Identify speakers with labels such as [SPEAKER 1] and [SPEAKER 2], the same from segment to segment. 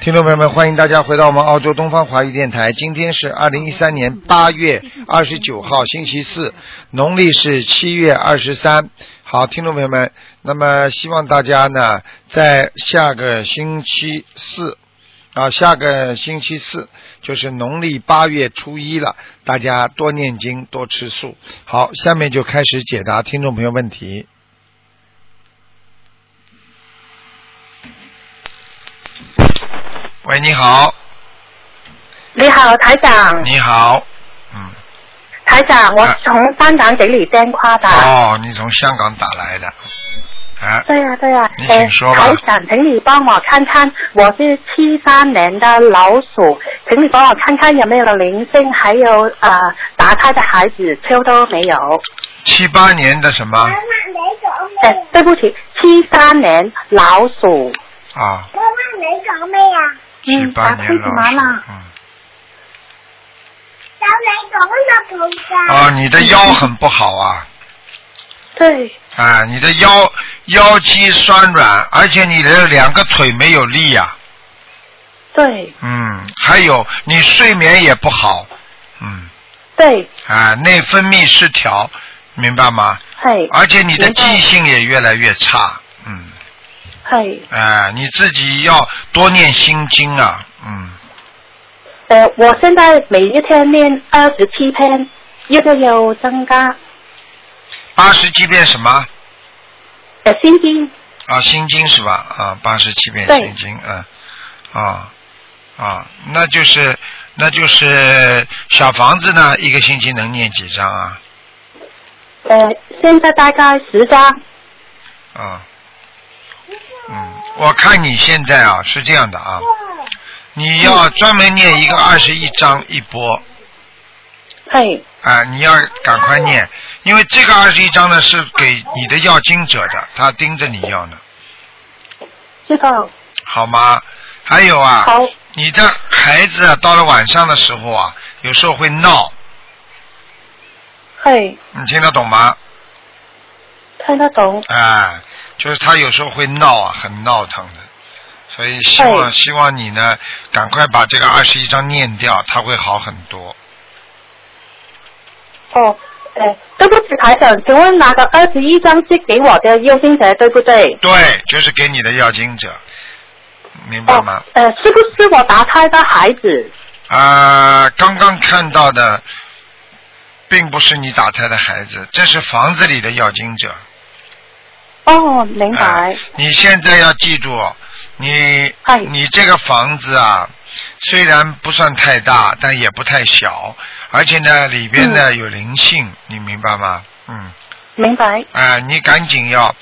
[SPEAKER 1] 听众朋友们，欢迎大家回到我们澳洲东方华语电台。今天是二零一三年八月二十九号，星期四，农历是七月二十三。好，听众朋友们，那么希望大家呢，在下个星期四啊，下个星期四就是农历八月初一了，大家多念经，多吃素。好，下面就开始解答听众朋友问题。喂，你好，
[SPEAKER 2] 你好，台长，
[SPEAKER 1] 你好，嗯，
[SPEAKER 2] 台长，我是从香港给你电话的。
[SPEAKER 1] 哦，你从香港打来的，啊，
[SPEAKER 2] 对呀、对呀、
[SPEAKER 1] 你
[SPEAKER 2] 哎
[SPEAKER 1] 请说吧
[SPEAKER 2] 台长，请你帮我看看，我是七三年的老鼠，请你帮我看看有没有灵性，还有呃打胎的孩子秋都没有。
[SPEAKER 1] 七八年的什么
[SPEAKER 2] 哎，对不起，七三年老鼠。
[SPEAKER 1] 啊？
[SPEAKER 3] 妈妈没长妹呀、啊，
[SPEAKER 1] 七
[SPEAKER 2] 嗯，
[SPEAKER 1] 八
[SPEAKER 2] 打
[SPEAKER 1] 年
[SPEAKER 2] 胎什
[SPEAKER 1] 老
[SPEAKER 2] 么
[SPEAKER 1] 鼠
[SPEAKER 2] 了？
[SPEAKER 1] 嗯，
[SPEAKER 3] 长没长的头发。
[SPEAKER 1] 哦，你的腰很不好啊，
[SPEAKER 2] 对，
[SPEAKER 1] 啊，你的腰腰肌酸软，而且你的两个腿没有力呀、
[SPEAKER 2] 对，
[SPEAKER 1] 嗯，还有你睡眠也不好，嗯，
[SPEAKER 2] 对，
[SPEAKER 1] 啊，内分泌失调，明白吗？
[SPEAKER 2] 嘿，
[SPEAKER 1] 而且你的
[SPEAKER 2] 明白
[SPEAKER 1] 记性也越来越差，嗯。
[SPEAKER 2] 嘿。
[SPEAKER 1] 哎，你自己要多念心经啊，嗯，
[SPEAKER 2] 呃，我现在每一天念二十七篇，一个有增加。
[SPEAKER 1] 八十七遍什么
[SPEAKER 2] 呃，心经
[SPEAKER 1] 啊？心经是吧？啊，八十七遍
[SPEAKER 2] 对
[SPEAKER 1] 心经，嗯，啊啊，那就是那就是小房子呢，一个星期能念几张啊？
[SPEAKER 2] 呃，现在大概十张。
[SPEAKER 1] 啊，嗯，我看你现在啊是这样的啊，你要专门念一个二十一章一波，
[SPEAKER 2] 嘿，
[SPEAKER 1] 啊，你要赶快念，因为这个二十一章呢是给你的要经者的，他盯着你要呢，
[SPEAKER 2] 知道。
[SPEAKER 1] 好吗？还有啊，
[SPEAKER 2] 好，
[SPEAKER 1] 你的孩子啊，到了晚上的时候啊，有时候会闹，
[SPEAKER 2] 嘿，
[SPEAKER 1] 你听得懂吗？
[SPEAKER 2] 听得懂。
[SPEAKER 1] 啊，就是他有时候会闹啊，很闹腾的，所以希望
[SPEAKER 2] 对
[SPEAKER 1] 希望你呢，赶快把这个二十一章念掉，他会好很多。
[SPEAKER 2] 哦，呃，对不起，台长，请问哪个二十一张是给我的优先者，对不对？
[SPEAKER 1] 对，就是给你的要经者，明白
[SPEAKER 2] 哦
[SPEAKER 1] 吗？，
[SPEAKER 2] 呃，是不是我打胎的孩子？
[SPEAKER 1] 啊、刚刚看到的，并不是你打胎的孩子，这是房子里的要经者。
[SPEAKER 2] 哦，明白
[SPEAKER 1] 哎。你现在要记住，你
[SPEAKER 2] 哎
[SPEAKER 1] 你这个房子啊，虽然不算太大，但也不太小，而且呢，里边呢、
[SPEAKER 2] 嗯
[SPEAKER 1] 有灵性，你明白吗？嗯，
[SPEAKER 2] 明白。
[SPEAKER 1] 哎、你赶紧要，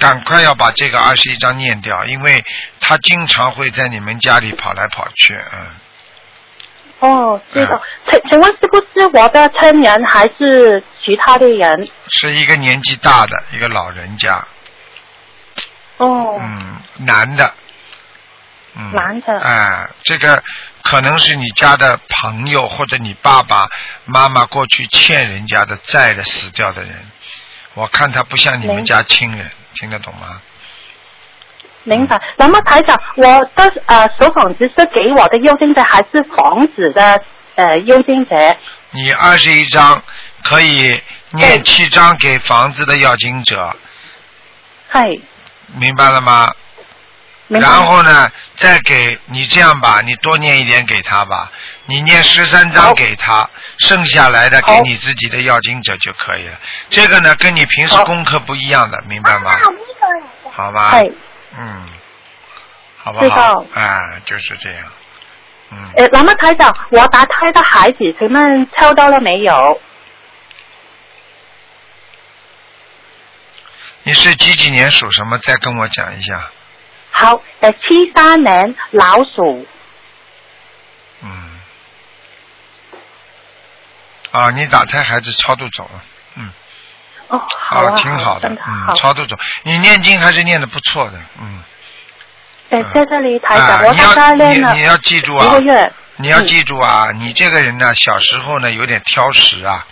[SPEAKER 1] 赶快要把这个二十一章念掉，因为他经常会在你们家里跑来跑去，嗯。
[SPEAKER 2] 哦，知道
[SPEAKER 1] 哎。
[SPEAKER 2] 请请问是不是我的亲人还是其他的人？
[SPEAKER 1] 是一个年纪大的一个老人家，
[SPEAKER 2] 哦，
[SPEAKER 1] 嗯，男的，嗯，
[SPEAKER 2] 男的
[SPEAKER 1] 哎、这个可能是你家的朋友或者你爸爸妈妈过去欠人家的债的死掉的人，我看他不像你们
[SPEAKER 2] 明
[SPEAKER 1] 家亲人，听得懂吗？
[SPEAKER 2] 明白。那么台长，我的呃手房子是给我的优先者还是房子的呃优先者？
[SPEAKER 1] 你二十一章可以念
[SPEAKER 2] 对
[SPEAKER 1] 七章给房子的要经者，
[SPEAKER 2] 系，
[SPEAKER 1] 明白了吗？
[SPEAKER 2] 明白。
[SPEAKER 1] 然后呢，再给你这样吧，你多念一点给他吧，你念十三章
[SPEAKER 2] 好
[SPEAKER 1] 给他，剩下来的给
[SPEAKER 2] 好
[SPEAKER 1] 你自己的要经者就可以了。这个呢，跟你平时
[SPEAKER 2] 好
[SPEAKER 1] 功课不一样的，明白吗
[SPEAKER 3] 妈妈，？我不懂。
[SPEAKER 1] 好吧？
[SPEAKER 2] 系，
[SPEAKER 1] 嗯，好不
[SPEAKER 2] 知
[SPEAKER 1] 好
[SPEAKER 2] 道？
[SPEAKER 1] 啊，就是这样。嗯，
[SPEAKER 2] 诶，那么台长，我打胎的孩子，请问抽到了没有？
[SPEAKER 1] 你是几几年属什么？再跟我讲一下。
[SPEAKER 2] 好，诶，七三年老鼠，
[SPEAKER 1] 嗯。啊，你打胎孩子超度走了，嗯，
[SPEAKER 2] 哦，好啊，
[SPEAKER 1] 挺好的，
[SPEAKER 2] 真的好
[SPEAKER 1] 嗯，。超度走。你念经还是念的不错的，嗯。
[SPEAKER 2] 诶，在这里台
[SPEAKER 1] 啊
[SPEAKER 2] 长，我
[SPEAKER 1] 你要
[SPEAKER 2] 大概练了
[SPEAKER 1] 你你要记住啊
[SPEAKER 2] 一个月。嗯
[SPEAKER 1] 你要记住啊，你这个人呢，小时候呢有点挑食啊，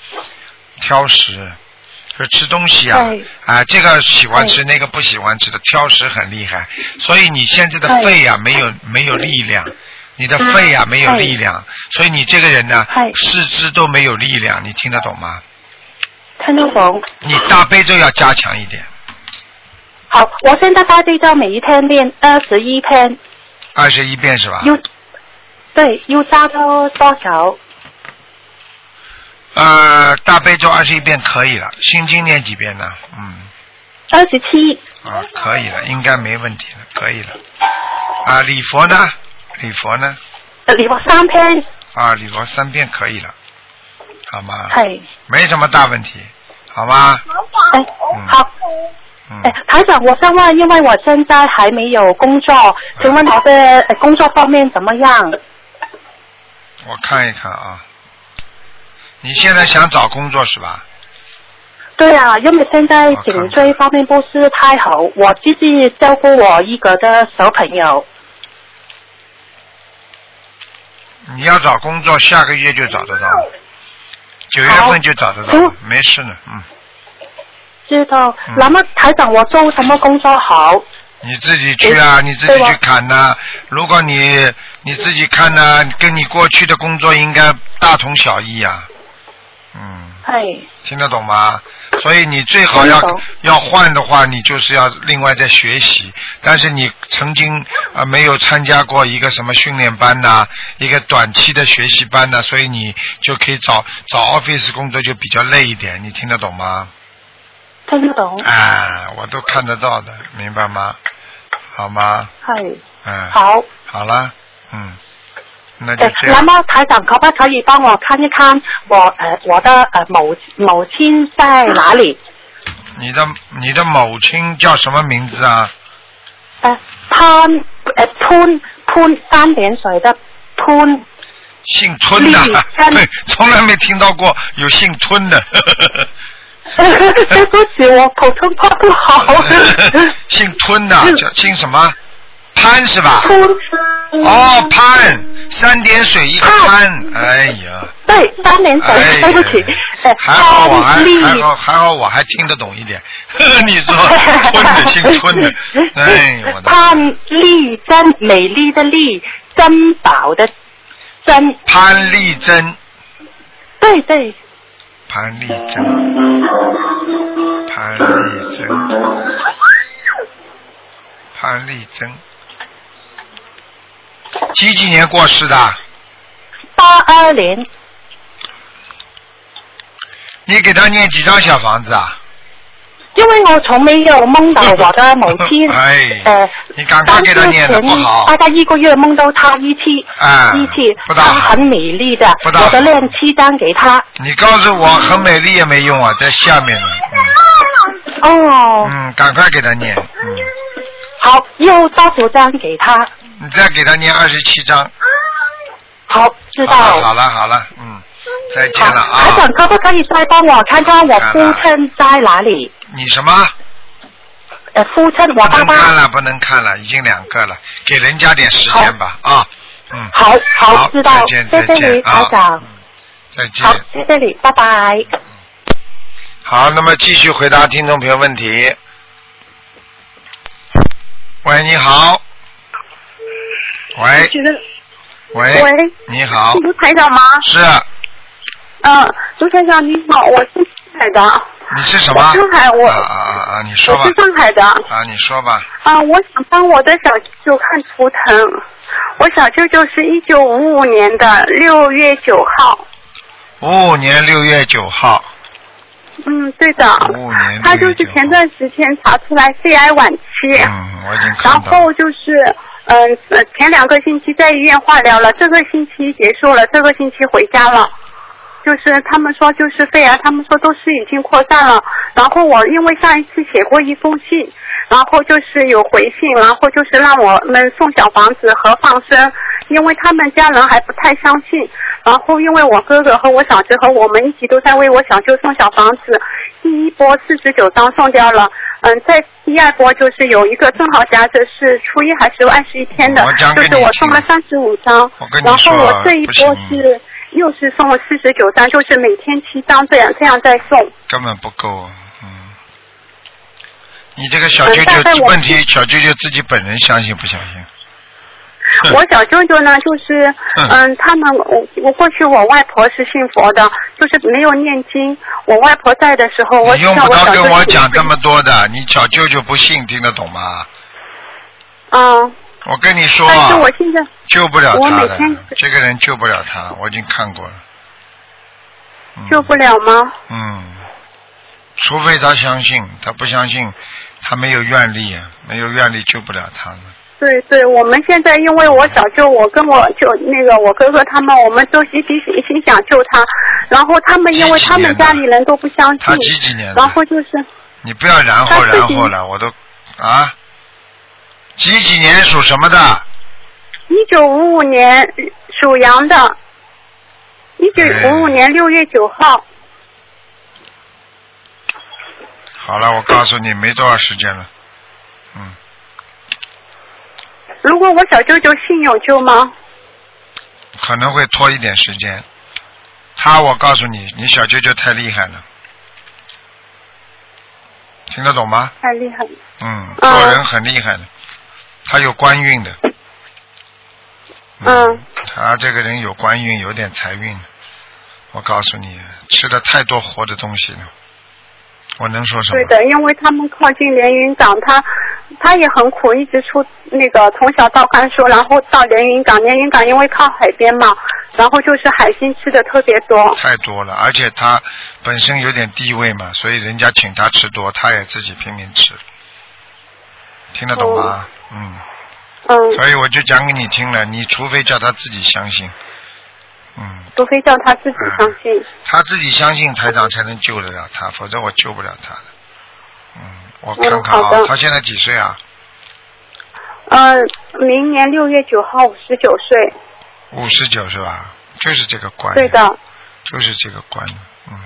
[SPEAKER 1] 挑食，就吃东西啊
[SPEAKER 2] 对，
[SPEAKER 1] 啊，这个喜欢吃，那个不喜欢吃的，挑食很厉害，所以你现在的
[SPEAKER 2] 对嗯
[SPEAKER 1] 肺啊没有没有力量，你的肺啊没有力量，所以你这个人呢
[SPEAKER 2] 对
[SPEAKER 1] 四肢都没有力量，你听得懂吗？
[SPEAKER 2] 听得懂。
[SPEAKER 1] 你大悲咒要加强一点
[SPEAKER 2] 好，我现在大悲咒每一天练二十一天，
[SPEAKER 1] 二十一遍是吧？
[SPEAKER 2] 要对要加多多少？
[SPEAKER 1] 呃，大悲咒二十一遍可以了，心经念几遍呢？嗯，
[SPEAKER 2] 二十七，
[SPEAKER 1] 啊，可以了，应该没问题了，可以了。啊，礼佛呢？礼佛呢？
[SPEAKER 2] 呃礼佛三篇，
[SPEAKER 1] 啊，礼佛三遍可以了，好吗？
[SPEAKER 2] 系。
[SPEAKER 1] 没什么大问题，好吗？
[SPEAKER 2] 哎，好，
[SPEAKER 1] 嗯
[SPEAKER 2] 哎，，台长，我想问，因为我现在还没有工作，
[SPEAKER 1] 嗯
[SPEAKER 2] 请问我的呃工作方面怎么样？
[SPEAKER 1] 我看一看啊。你现在想找工作是吧？
[SPEAKER 2] 对啊，因为现在颈椎方面不是太好，我自己照顾我一个的小朋友。
[SPEAKER 1] 你要找工作，下个月就找得到了，九月份就找得到
[SPEAKER 2] 好
[SPEAKER 1] 了，没事呢，嗯。
[SPEAKER 2] 知道
[SPEAKER 1] 嗯，
[SPEAKER 2] 那么台长，我做什么工作好？
[SPEAKER 1] 你自己去啊，你自己去砍呐、如果你你自己看呐、跟你过去的工作应该大同小异啊。嗯，
[SPEAKER 2] 系
[SPEAKER 1] 听得懂吗？所以你最好要
[SPEAKER 2] 听得懂
[SPEAKER 1] 要换的话，你就是要另外再学习。但是你曾经啊、呃没有参加过一个什么训练班呐、一个短期的学习班呐、所以你就可以找找 office 工作就比较累一点。你听得懂吗？
[SPEAKER 2] 听得懂，
[SPEAKER 1] 啊，我都看得到的，明白吗？好吗？
[SPEAKER 2] 系
[SPEAKER 1] 嗯，
[SPEAKER 2] 好。
[SPEAKER 1] 好啦，嗯，那就
[SPEAKER 2] 诶
[SPEAKER 1] 这
[SPEAKER 2] 那
[SPEAKER 1] 样。
[SPEAKER 2] 么台长可不可以帮我看一看我呃我的呃母母亲在哪里？
[SPEAKER 1] 你的你的母亲叫什么名字啊？
[SPEAKER 2] 呃潘呃潘潘三点水的潘，
[SPEAKER 1] 姓村的
[SPEAKER 2] 丽珊，
[SPEAKER 1] 对，从来没听到过有姓村的。
[SPEAKER 2] 对不起，我普通话不 好。
[SPEAKER 1] 姓村的啊
[SPEAKER 2] 嗯
[SPEAKER 1] 叫姓什么？潘是吧？
[SPEAKER 2] 潘
[SPEAKER 1] 哦，潘，三点水一个潘。 哎呀，
[SPEAKER 2] 对三点
[SPEAKER 1] 哎
[SPEAKER 2] 水，
[SPEAKER 1] 呀
[SPEAKER 2] 对不起，呃
[SPEAKER 1] 还好啊我还
[SPEAKER 2] 潘丽
[SPEAKER 1] 还好还好我还听得懂一点。 你 说村的姓 村的，哎，我的
[SPEAKER 2] 潘丽珍，美丽的丽，珍宝的珍，
[SPEAKER 1] 潘丽珍。
[SPEAKER 2] 对对，
[SPEAKER 1] 潘丽珍，潘丽珍，潘丽珍，几几年过世的？
[SPEAKER 2] 八二年
[SPEAKER 1] 你给他念几张小房子啊？
[SPEAKER 2] 因为我从没有梦到我的母 亲，
[SPEAKER 1] 哎
[SPEAKER 2] 呃，
[SPEAKER 1] 你赶快给他念的
[SPEAKER 2] 当时
[SPEAKER 1] 不好
[SPEAKER 2] 大概一个月梦到她一次，
[SPEAKER 1] 哎
[SPEAKER 2] 一次，
[SPEAKER 1] 不大
[SPEAKER 2] 她
[SPEAKER 1] 好
[SPEAKER 2] 很美丽的，
[SPEAKER 1] 不大好
[SPEAKER 2] 我的练七张给她。
[SPEAKER 1] 你告诉我很美丽也没用啊，在下面呢。
[SPEAKER 2] 哦，
[SPEAKER 1] 嗯，嗯赶快给他念，嗯，
[SPEAKER 2] 好，又多少张给她？
[SPEAKER 1] 你再给他念二十七张。
[SPEAKER 2] 好，知道。
[SPEAKER 1] 好了好了好了，嗯，再见了
[SPEAKER 2] 好台
[SPEAKER 1] 啊
[SPEAKER 2] 长。可不可以再帮我看看我父亲在哪里？
[SPEAKER 1] 你什么？
[SPEAKER 2] 呃，父亲，我
[SPEAKER 1] 不
[SPEAKER 2] 爸
[SPEAKER 1] 能
[SPEAKER 2] 爸。
[SPEAKER 1] 看了，不能看了，已经两个了，给人家点时间吧啊，嗯，
[SPEAKER 2] 好
[SPEAKER 1] 好
[SPEAKER 2] 知道，
[SPEAKER 1] 再见
[SPEAKER 2] 谢
[SPEAKER 1] 再
[SPEAKER 2] 谢
[SPEAKER 1] 见
[SPEAKER 2] 你，
[SPEAKER 1] 啊
[SPEAKER 2] 台长。
[SPEAKER 1] 再见
[SPEAKER 2] 好。，谢谢你，拜拜。
[SPEAKER 1] 好，那么继续回答听众朋友问题。喂，你好。喂
[SPEAKER 4] 觉得
[SPEAKER 1] 喂
[SPEAKER 4] 喂，
[SPEAKER 1] 你哎好
[SPEAKER 4] 你，是台长吗？
[SPEAKER 1] 是
[SPEAKER 4] 嗯，卢台长你好，我是上海的，
[SPEAKER 1] 你是什么？
[SPEAKER 4] 我上海我
[SPEAKER 1] 啊啊啊啊！你说
[SPEAKER 4] 我
[SPEAKER 1] 吧
[SPEAKER 4] 是，上海的。
[SPEAKER 1] 啊，你说吧，
[SPEAKER 4] 啊、我想帮我的小舅舅看图腾。我小舅舅是一九五五年的六月九号。
[SPEAKER 1] 五五年六月九号，
[SPEAKER 4] 嗯，对的
[SPEAKER 1] 55年。
[SPEAKER 4] 他就是
[SPEAKER 1] 6月9
[SPEAKER 4] 前段时间查出来肺癌晚期，
[SPEAKER 1] 嗯，我已经看
[SPEAKER 4] 然
[SPEAKER 1] 到了
[SPEAKER 4] 后，就是嗯呃前两个星期在医院化疗了，这个星期结束了，这个星期回家了。就是他们说就是肺癌，他们说都是已经扩散了。然后我因为上一次写过一封信，然后就是有回信，然后就是让我们送小房子和放生，因为他们家人还不太相信。然后因为我哥哥和我小侄和我们一起都在为我小舅送小房子，第一波四十九张送掉了。嗯，在第二波就是有一个正好夹着是初一还是二十一天的
[SPEAKER 1] 我讲，给
[SPEAKER 4] 就
[SPEAKER 1] 你
[SPEAKER 4] 是我送了
[SPEAKER 1] 听
[SPEAKER 4] 三十五张
[SPEAKER 1] 我跟，你
[SPEAKER 4] 然后
[SPEAKER 1] 说啊
[SPEAKER 4] 我这一
[SPEAKER 1] 不行
[SPEAKER 4] 波是又是送了四十九张，就是每天七张这样这样在送。
[SPEAKER 1] 根本不够啊，嗯。你这个小
[SPEAKER 4] 嗯
[SPEAKER 1] 舅
[SPEAKER 4] 但但
[SPEAKER 1] 舅
[SPEAKER 4] 我
[SPEAKER 1] 问题，小舅舅自己本人相信不相信？哼
[SPEAKER 4] 我小舅舅呢，就是
[SPEAKER 1] 嗯
[SPEAKER 4] 嗯，他们我我过去我外婆是信佛的，就是没有念经。我外婆在的时哦候，我
[SPEAKER 1] 你用
[SPEAKER 4] 让
[SPEAKER 1] 不
[SPEAKER 4] 我
[SPEAKER 1] 着
[SPEAKER 4] 小舅
[SPEAKER 1] 跟
[SPEAKER 4] 舅
[SPEAKER 1] 我讲这么多的，你小舅舅不信，听得懂吗？
[SPEAKER 4] 嗯，
[SPEAKER 1] 我跟你说
[SPEAKER 4] 但
[SPEAKER 1] 啊
[SPEAKER 4] 是，我现在
[SPEAKER 1] 救不了
[SPEAKER 4] 我
[SPEAKER 1] 他
[SPEAKER 4] 每
[SPEAKER 1] 的
[SPEAKER 4] 天，
[SPEAKER 1] 这个人救不了他，我已经看过了。嗯
[SPEAKER 4] 救不了吗？
[SPEAKER 1] 嗯，除非他相信，他不相信，他没有愿力啊，没有愿力救不了他的。
[SPEAKER 4] 对对，我们现在因为我小舅，我跟我就那个我哥哥他们，我们都一起一心想救他，然后他们因为他们家里人都不相
[SPEAKER 1] 他几
[SPEAKER 4] 信，
[SPEAKER 1] 几年
[SPEAKER 4] 然
[SPEAKER 1] 的？
[SPEAKER 4] 后就是
[SPEAKER 1] 你不要然后
[SPEAKER 4] 他自己
[SPEAKER 1] 然后了，我都啊，几几年属什么的？
[SPEAKER 4] 一九五五年属羊的，一九五五
[SPEAKER 1] 哎
[SPEAKER 4] 年六月九号，
[SPEAKER 1] 好了，我告诉你，没多少时间了。嗯，
[SPEAKER 4] 如果我小舅舅信有救吗？
[SPEAKER 1] 可能会拖一点时间。他，我告诉你，你小舅舅太厉害了，听得懂吗？
[SPEAKER 4] 太厉害了，
[SPEAKER 1] 嗯，
[SPEAKER 4] 嗯
[SPEAKER 1] 做人很厉害的，他有官运的。
[SPEAKER 4] 嗯，
[SPEAKER 1] 他这个人有官运，有点财运的。我告诉你，吃了太多活的东西了。我能说什么？
[SPEAKER 4] 对的，因为他们靠近连云港，他他也很苦，一直出那个从小到甘肃，然后到连云港，连云港因为靠海边嘛，然后就是海鲜吃的特别多。
[SPEAKER 1] 太多了，而且他本身有点地位嘛，所以人家请他吃多，他也自己拼命吃，听得懂吗？
[SPEAKER 4] 哦
[SPEAKER 1] 嗯，
[SPEAKER 4] 嗯，
[SPEAKER 1] 所以我就讲给你听了，你除非叫他自己相信，嗯，
[SPEAKER 4] 除非叫他自己相信。
[SPEAKER 1] 他自己相信台长才能救得了他，否则我救不了他的。嗯，我看看啊
[SPEAKER 4] 嗯好，的
[SPEAKER 1] 他现在几岁啊？
[SPEAKER 4] 嗯，明年六月九号，五十九岁。
[SPEAKER 1] 五十九是吧？就是这个关，
[SPEAKER 4] 对，的，
[SPEAKER 1] 就是这个关，嗯，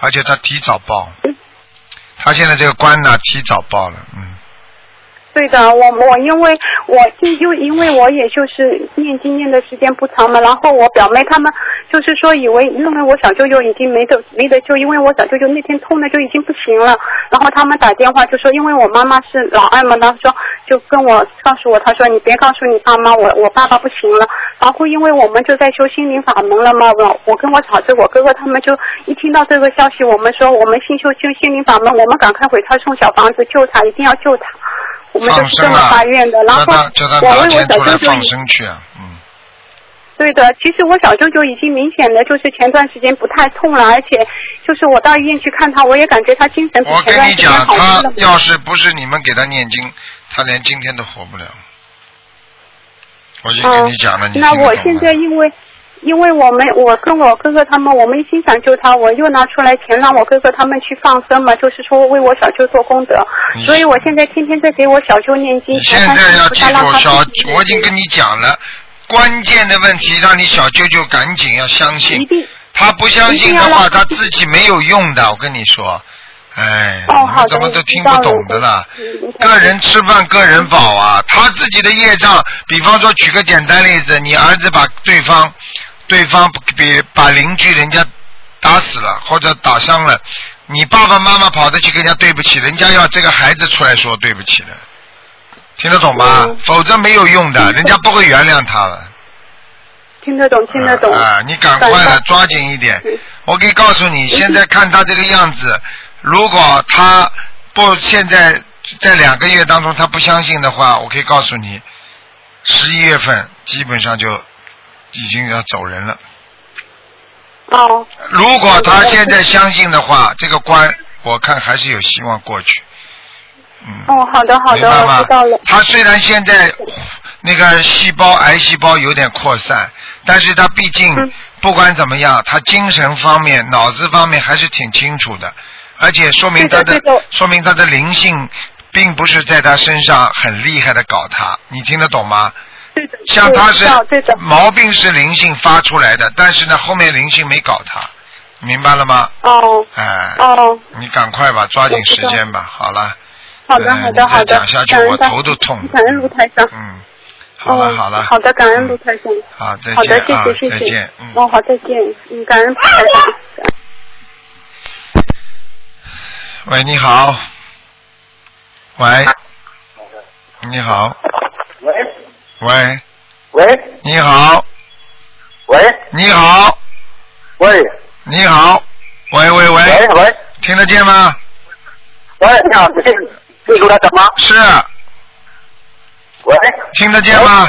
[SPEAKER 1] 而且他提早报，他现在这个关呢提早报了，嗯。
[SPEAKER 4] 对的。我我因为我就就因为我也就是念经念的时间不长嘛，然后我表妹她们就是说以为认为我小舅舅已经没得没得救，因为我小舅舅那天痛的就已经不行了，然后他们打电话就说，因为我妈妈是老二嘛，她说就跟我告诉我，她说你别告诉你爸妈，我我爸爸不行了。然后因为我们就在修心灵法门了嘛，我我跟我嫂子、我哥哥他们就一听到这个消息，我们说我们新修修心灵法门，我们赶快回他送小房子救他，一定要救他。我们就
[SPEAKER 1] 放
[SPEAKER 4] 是这
[SPEAKER 1] 生
[SPEAKER 4] 么
[SPEAKER 1] 啊！
[SPEAKER 4] 发愿的。然后
[SPEAKER 1] 叫他叫他
[SPEAKER 4] 我
[SPEAKER 1] 拿
[SPEAKER 4] 为
[SPEAKER 1] 钱
[SPEAKER 4] 我
[SPEAKER 1] 出来
[SPEAKER 4] 小舅呃舅
[SPEAKER 1] 放生去啊！嗯，
[SPEAKER 4] 对的，其实我小舅舅已经明显的就是前段时间不太痛了，而且就是我到医院去看他，我也感觉他精神比
[SPEAKER 1] 我
[SPEAKER 4] 前
[SPEAKER 1] 跟
[SPEAKER 4] 段
[SPEAKER 1] 你
[SPEAKER 4] 时间
[SPEAKER 1] 讲，
[SPEAKER 4] 好
[SPEAKER 1] 他
[SPEAKER 4] 多了。
[SPEAKER 1] 要是不是你们给他念经，他连今天都活不了。我已经跟你讲了，你
[SPEAKER 4] 嗯哦那
[SPEAKER 1] 听得
[SPEAKER 4] 我
[SPEAKER 1] 懂
[SPEAKER 4] 现
[SPEAKER 1] 吗
[SPEAKER 4] 在因为。因为我们我跟我哥哥他们，我们一心想救他，我又拿出来钱让我哥哥他们去放生嘛，就是说为我小舅做功德
[SPEAKER 1] 你，
[SPEAKER 4] 所以我现在天天在给我小舅念经，
[SPEAKER 1] 你现在要记
[SPEAKER 4] 才让
[SPEAKER 1] 住，
[SPEAKER 4] 他
[SPEAKER 1] 小
[SPEAKER 4] 自己
[SPEAKER 1] 我已经跟你讲了，关键的问题让你小舅舅赶紧要相信
[SPEAKER 4] 一，定
[SPEAKER 1] 他不相信的
[SPEAKER 4] 一定要
[SPEAKER 1] 话，
[SPEAKER 4] 让
[SPEAKER 1] 他自己没有用的。我跟你说，哎，
[SPEAKER 4] 哦
[SPEAKER 1] 你
[SPEAKER 4] 好
[SPEAKER 1] 们怎
[SPEAKER 4] 的
[SPEAKER 1] 么都
[SPEAKER 4] 我知
[SPEAKER 1] 听
[SPEAKER 4] 道
[SPEAKER 1] 不
[SPEAKER 4] 了
[SPEAKER 1] 懂的啦？
[SPEAKER 4] 嗯
[SPEAKER 1] 个人吃饭个人饱啊，他自己的业障，比方说举个简单例子，你儿子把对方，对方比把邻居人家打死了或者打伤了，你爸爸妈妈跑着去跟人家对不起，人家要这个孩子出来说对不起的，听得懂吗？
[SPEAKER 4] 嗯
[SPEAKER 1] 否则没有用的，人家不会原谅他了。
[SPEAKER 4] 听得懂，听得懂，
[SPEAKER 1] 啊、啊你赶快
[SPEAKER 4] 感
[SPEAKER 1] 了，
[SPEAKER 4] 到
[SPEAKER 1] 抓紧一点
[SPEAKER 4] 嗯。
[SPEAKER 1] 我可以告诉你，现在看他这个样子，如果他不现在在两个月当中他不相信的话，我可以告诉你，十一月份基本上就已经要走人了。
[SPEAKER 4] 哦，
[SPEAKER 1] 如果他现在相信的话，这个关我看还是有希望过去。嗯。
[SPEAKER 4] 哦，好的好
[SPEAKER 1] 明
[SPEAKER 4] 的，
[SPEAKER 1] 白吗
[SPEAKER 4] 我知道了，
[SPEAKER 1] 他虽然现在那个细胞癌细胞有点扩散，但是他毕竟
[SPEAKER 4] 嗯
[SPEAKER 1] 不管怎么样，他精神方面、脑子方面还是挺清楚的，而且说明他的
[SPEAKER 4] 对的对的
[SPEAKER 1] 说明他的灵性并不是在他身上很厉害的搞他，你听得懂吗？
[SPEAKER 4] 对的，
[SPEAKER 1] 像他是
[SPEAKER 4] 嗯我知道对的，
[SPEAKER 1] 毛病是灵性发出来的，但是呢后面灵性没搞他，明白了吗？
[SPEAKER 4] 哦
[SPEAKER 1] 哎，
[SPEAKER 4] 哦，
[SPEAKER 1] 你赶快吧，抓紧
[SPEAKER 4] 我
[SPEAKER 1] 时
[SPEAKER 4] 知道
[SPEAKER 1] 间吧，好了。
[SPEAKER 4] 好的
[SPEAKER 1] 嗯
[SPEAKER 4] 好
[SPEAKER 1] 你再
[SPEAKER 4] 的好的，
[SPEAKER 1] 讲下去
[SPEAKER 4] 感恩
[SPEAKER 1] 我
[SPEAKER 4] 大
[SPEAKER 1] 头都痛
[SPEAKER 4] 感恩卢台长，
[SPEAKER 1] 嗯，好了
[SPEAKER 4] 哦
[SPEAKER 1] 好了，
[SPEAKER 4] 好的，感恩卢台长。
[SPEAKER 1] 好再
[SPEAKER 4] 好的，
[SPEAKER 1] 见
[SPEAKER 4] 谢
[SPEAKER 1] 啊
[SPEAKER 4] 谢谢谢。
[SPEAKER 1] 再见，嗯。
[SPEAKER 4] 哦，好，再见。嗯，感恩卢台长。
[SPEAKER 1] 喂，你好。喂。你好。
[SPEAKER 5] 喂
[SPEAKER 1] 喂，
[SPEAKER 5] 喂
[SPEAKER 1] 你好，
[SPEAKER 5] 喂
[SPEAKER 1] 你好，
[SPEAKER 5] 喂
[SPEAKER 1] 你好，喂喂
[SPEAKER 5] 喂
[SPEAKER 1] 喂，
[SPEAKER 5] 喂
[SPEAKER 1] 听得见吗？
[SPEAKER 5] 喂，你好，是是卢台长吗？
[SPEAKER 1] 是，啊
[SPEAKER 5] 喂
[SPEAKER 1] 听得见吗？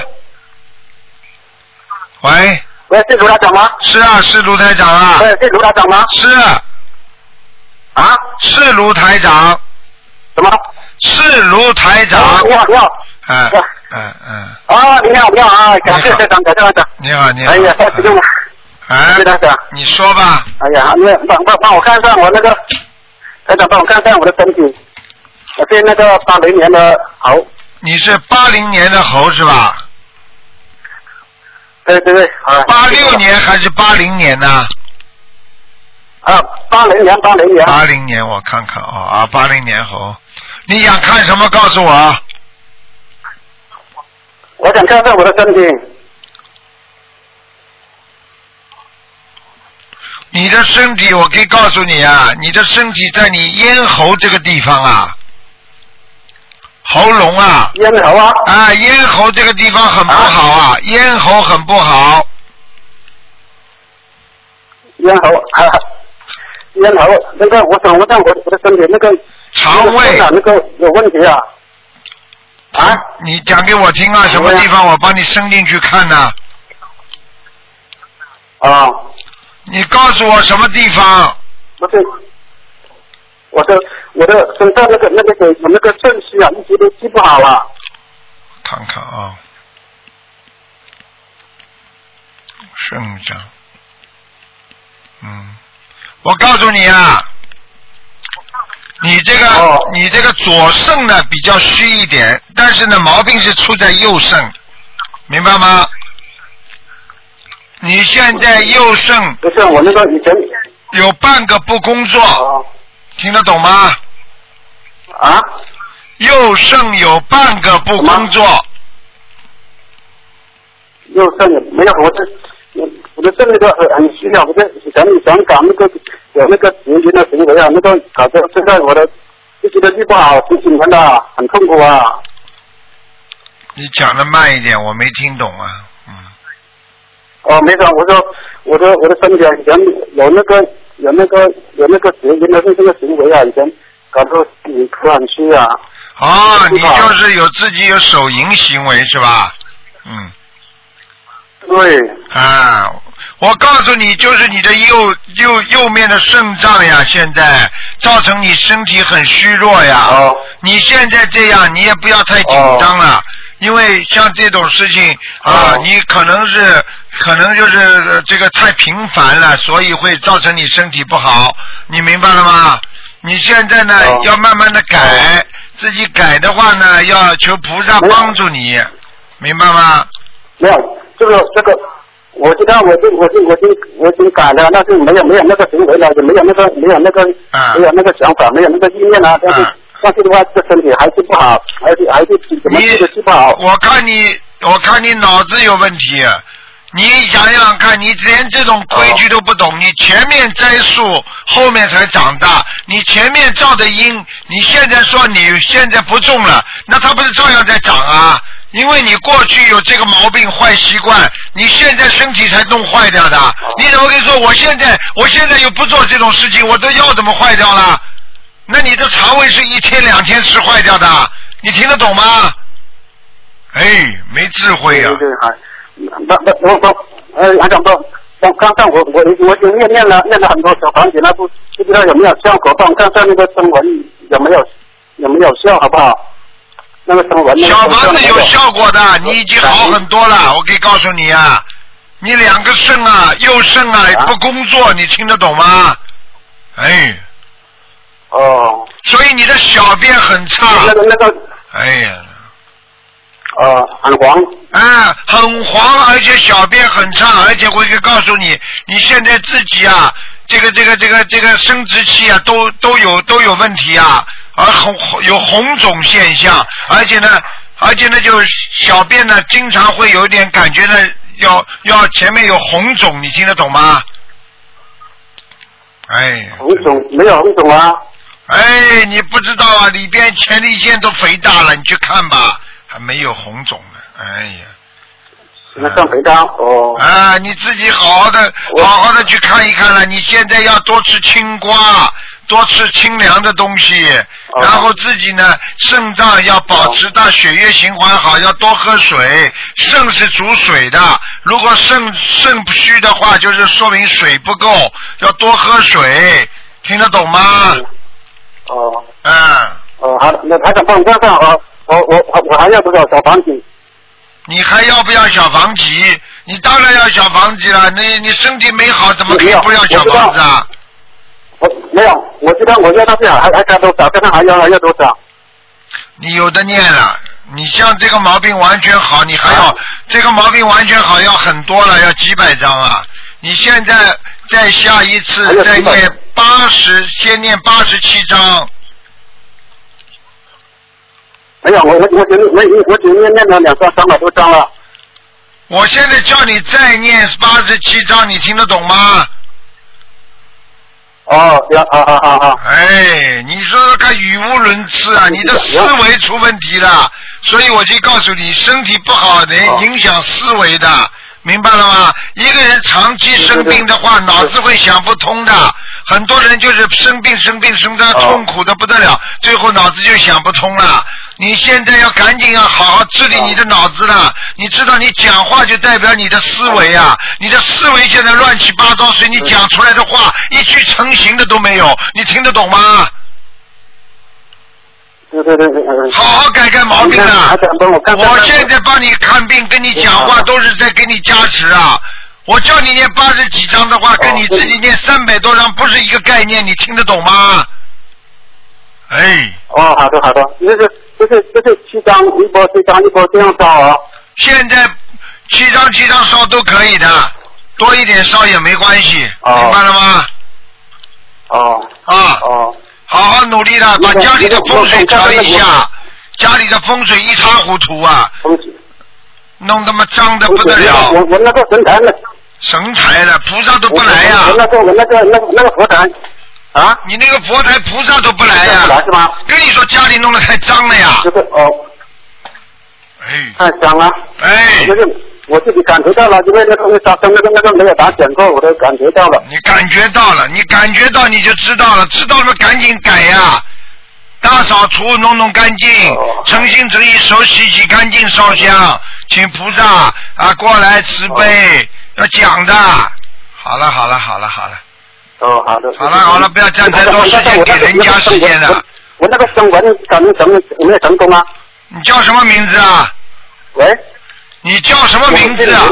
[SPEAKER 1] 喂，
[SPEAKER 5] 喂，是卢台长吗？
[SPEAKER 1] 是啊，是卢台长啊
[SPEAKER 5] 喂，，是卢台长吗？
[SPEAKER 1] 是
[SPEAKER 5] 啊？
[SPEAKER 1] 是卢台长，
[SPEAKER 5] 什么？
[SPEAKER 1] 是卢台
[SPEAKER 5] 啊
[SPEAKER 1] 长，
[SPEAKER 5] 你好，你好。
[SPEAKER 1] 嗯嗯嗯，
[SPEAKER 5] 啊，你好，你好啊！感谢
[SPEAKER 1] 你好
[SPEAKER 5] 台长，感谢台长。
[SPEAKER 1] 你好你好
[SPEAKER 5] 哎，呀，太激动了！
[SPEAKER 1] 哎
[SPEAKER 5] 谢谢，台长。
[SPEAKER 1] 你说吧，
[SPEAKER 5] 哎呀，你帮帮帮我看一下我那个，台长帮我看一下我的身体，我是那个八零年的猴，
[SPEAKER 1] 你是八零年的猴是吧？
[SPEAKER 5] 对对对，啊，
[SPEAKER 1] 八六年还是八零年呢？
[SPEAKER 5] 啊，八零年，八零年，
[SPEAKER 1] 八零年我看看哦啊，八零年猴，你想看什么？告诉我。
[SPEAKER 5] 我想看看我的身体。
[SPEAKER 1] 你的身体，我可以告诉你啊，你的身体在你咽喉这个地方啊，喉咙啊，
[SPEAKER 5] 烟头啊，
[SPEAKER 1] 啊，咽喉这个地方很不好啊，咽喉很不好，
[SPEAKER 5] 烟头啊，烟头那个我想问一下我我的身体那个
[SPEAKER 1] 肠胃
[SPEAKER 5] 那个有问题啊啊，
[SPEAKER 1] 你讲给我听啊，什么地方我帮你伸进去看呢、
[SPEAKER 5] 啊，
[SPEAKER 1] 你告诉我什么地方？
[SPEAKER 5] 不是我的我的身上那个那个有有那个肾虚啊，一直都治不好啊，
[SPEAKER 1] 看看啊，肾脏，嗯，我告诉你啊，你这个、
[SPEAKER 5] 哦
[SPEAKER 1] 你这个左肾呢比较虚一点，但是呢毛病是出在右肾，明白吗？你现在右肾
[SPEAKER 5] 不是我那个以前
[SPEAKER 1] 有半个不工作，
[SPEAKER 5] 啊
[SPEAKER 1] 听得懂吗？
[SPEAKER 5] 啊
[SPEAKER 1] 右肾有半个不工作，
[SPEAKER 5] 右肾没有我这。我我的肾那个很很虚啊，我这想想搞那个有那个行为的行为啊，那个搞得现在我的一直都治不好，挺心疼的，很痛苦啊。
[SPEAKER 1] 你讲的慢一点，我没听懂啊，嗯。
[SPEAKER 5] 哦，没事，我说我说我的身体啊以前有那个有那个有那个行为，那是这个行为啊，以前搞到你突然去啊，
[SPEAKER 1] 哦，你
[SPEAKER 5] 知道
[SPEAKER 1] 就是有自己有手淫行为是吧？嗯
[SPEAKER 5] 对，
[SPEAKER 1] 啊，我告诉你，就是你的右右右面的肾脏呀，现在造成你身体很虚弱呀。
[SPEAKER 5] 哦
[SPEAKER 1] 你现在这样，你也不要太紧张了，因为像这种事情啊，
[SPEAKER 5] 哦
[SPEAKER 1] 你可能是可能就是呃这个太频繁了，所以会造成你身体不好，你明白了吗？你现在呢，
[SPEAKER 5] 哦
[SPEAKER 1] 要慢慢的改，自己改的话呢，要求菩萨
[SPEAKER 5] 没有
[SPEAKER 1] 帮助你，明白吗？
[SPEAKER 5] 没有这个这个，我知道我就我就我就我已经改了，但是没有没有那个行为了，也没有那个没有那个、
[SPEAKER 1] 啊
[SPEAKER 5] 没有那个想法，没有那个意念啊，但是、
[SPEAKER 1] 啊
[SPEAKER 5] 但是的话，这身体还是不好，还是还是怎么治
[SPEAKER 1] 你
[SPEAKER 5] 都治不好。
[SPEAKER 1] 我看你，我看你脑子有问题。你想想看，你连这种规矩都不懂，你前面栽树，后面才长大。你前面造的因，你现在说你现在不种了，那它不是照样在长啊？因为你过去有这个毛病、坏习惯，你现在身体才弄坏掉的。你怎么跟你说？我现在，我现在又不做这种事情，我的腰怎么坏掉了？那你的肠胃是一天两天吃坏掉的，你听得懂吗？哎，没智慧呀、
[SPEAKER 5] 对对，还不不我我呃，杨总不。刚刚上我我我已经念念了念了很多小房子，那不不知道有没有效果？帮我看看那个声纹有没有有没有效，好不好？那个声纹那个
[SPEAKER 1] 小房子
[SPEAKER 5] 声纹
[SPEAKER 1] 有
[SPEAKER 5] 没
[SPEAKER 1] 效果的，你已经好很多了。我可以告诉你啊，你两个肾啊，右肾啊
[SPEAKER 5] 啊
[SPEAKER 1] 不工作，你听得懂吗？哎，
[SPEAKER 5] 哦，
[SPEAKER 1] 所以你的小便很差。
[SPEAKER 5] 那个那个
[SPEAKER 1] 哎呀，
[SPEAKER 5] 呃，很黄
[SPEAKER 1] 啊，很黄，而且小便很差，而且我可以告诉你，你现在自己啊，这个这个这个这个生殖器啊，都都有都有问题啊，而红有红肿现象，而且呢，而且呢，就是小便呢，经常会有一点感觉呢，要要前面有红肿，你听得懂吗？哎，
[SPEAKER 5] 红肿没有红肿啊？
[SPEAKER 1] 哎，你不知道啊，里边前列腺都肥大了，你去看吧，还没有红肿呢。哎呀，
[SPEAKER 5] 那上肥皂哦。
[SPEAKER 1] 啊，你自己好好的、
[SPEAKER 5] 我
[SPEAKER 1] 好好的去看一看了。你现在要多吃青瓜，多吃清凉的东西，
[SPEAKER 5] 哦
[SPEAKER 1] 然后自己呢，肾脏要保持到血液循环好，要多喝水。肾是主水的，如果肾肾不虚的话，就是说明水不够，要多喝水。听得懂吗？
[SPEAKER 5] 哦
[SPEAKER 1] 嗯，
[SPEAKER 5] 哦，好，那台长帮我看看啊，我我我我还要多少小房子？
[SPEAKER 1] 你还要不要小房子？你当然要小房子了。你你身体没好，怎么可以
[SPEAKER 5] 没有
[SPEAKER 1] 不要小
[SPEAKER 5] 我知道
[SPEAKER 1] 房子啊？
[SPEAKER 5] 我没有，我知道我要到这还还差多少？看看还要还要多少？
[SPEAKER 1] 你有的念了，你像这个毛病完全好，你还要、
[SPEAKER 5] 啊
[SPEAKER 1] 这个毛病完全好要很多了，要几百张啊！你现在再下一
[SPEAKER 5] 还
[SPEAKER 1] 次
[SPEAKER 5] 有
[SPEAKER 1] 再
[SPEAKER 5] 几百
[SPEAKER 1] 念八十，先念八十七章，
[SPEAKER 5] 没有，哎我我我只我我只念念了两张三百多张了。
[SPEAKER 1] 我现在叫你再念八十七章，你听得懂吗？
[SPEAKER 5] 哦，行，好好好好。
[SPEAKER 1] 哎，你说说看，语无伦次啊！你的思维出问题了，所以我就告诉你，身体不好能
[SPEAKER 5] 哦
[SPEAKER 1] 影响思维的，明白了吗？一个人长期生病的话，
[SPEAKER 5] 对对对
[SPEAKER 1] 脑子会想不通的。很多人就是生病、生病、生病，
[SPEAKER 5] 哦
[SPEAKER 1] 痛苦的不得了，最后脑子就想不通了。你现在要赶紧要好好治理
[SPEAKER 5] 哦
[SPEAKER 1] 你的脑子了。你知道，你讲话就代表你的思维啊，你的思维现在乱七八糟，所以你讲出来的话一句成型的都没有，你听得懂吗？
[SPEAKER 5] 对对对对。嗯
[SPEAKER 1] 好好改改毛病啊
[SPEAKER 5] 还！想帮我看看？
[SPEAKER 1] 我现在帮你看病，跟你讲话
[SPEAKER 5] 嗯
[SPEAKER 1] 都是在给你加持啊。我叫你念八十几章的
[SPEAKER 5] 哦
[SPEAKER 1] 话，跟你自己念三百多章不是一个概念，你听得懂吗？哎，
[SPEAKER 5] 哦，好的好的，就是就是就是七张一波七张一波这样烧啊。
[SPEAKER 1] 现在七张七张烧都可以的，多一点烧也没关系，
[SPEAKER 5] 哦
[SPEAKER 1] 明白了吗？
[SPEAKER 5] 哦
[SPEAKER 1] 啊，
[SPEAKER 5] 哦
[SPEAKER 1] 好好努力了，把
[SPEAKER 5] 那个
[SPEAKER 1] 家里的风水调一
[SPEAKER 5] 那个
[SPEAKER 1] 下，家里的风水一塌糊涂啊，
[SPEAKER 5] 风水
[SPEAKER 1] 弄他妈脏的不得
[SPEAKER 5] 我
[SPEAKER 1] 了，
[SPEAKER 5] 我那个神坛呢？
[SPEAKER 1] 神台了，菩萨都不来呀、
[SPEAKER 5] 我那个我那个那个那个佛坛啊，
[SPEAKER 1] 你那个佛台菩萨都不来哎呀、
[SPEAKER 5] 不来是吗？
[SPEAKER 1] 跟你说家里弄得太脏了呀
[SPEAKER 5] 就！是哦，
[SPEAKER 1] 哎
[SPEAKER 5] 太香了。
[SPEAKER 1] 哎，
[SPEAKER 5] 就是我自己感觉到了，因为那个那个那个那个没有打点过，我都感觉到了。
[SPEAKER 1] 你感觉到了，你感觉到你就知道了，知道了嘛赶紧改呀、大扫除，弄弄干净
[SPEAKER 5] 哦，
[SPEAKER 1] 诚心诚意，手洗洗干净，烧香，请菩萨啊过来慈悲，要讲的。好了好了好了好了，
[SPEAKER 5] 哦，好的。
[SPEAKER 1] 好了好了不要占太多时间给人家时间了
[SPEAKER 5] 我那个声纹感觉成有没有成功啊？
[SPEAKER 1] 你叫什么名字啊？
[SPEAKER 5] 喂，
[SPEAKER 1] 你叫什么名字啊？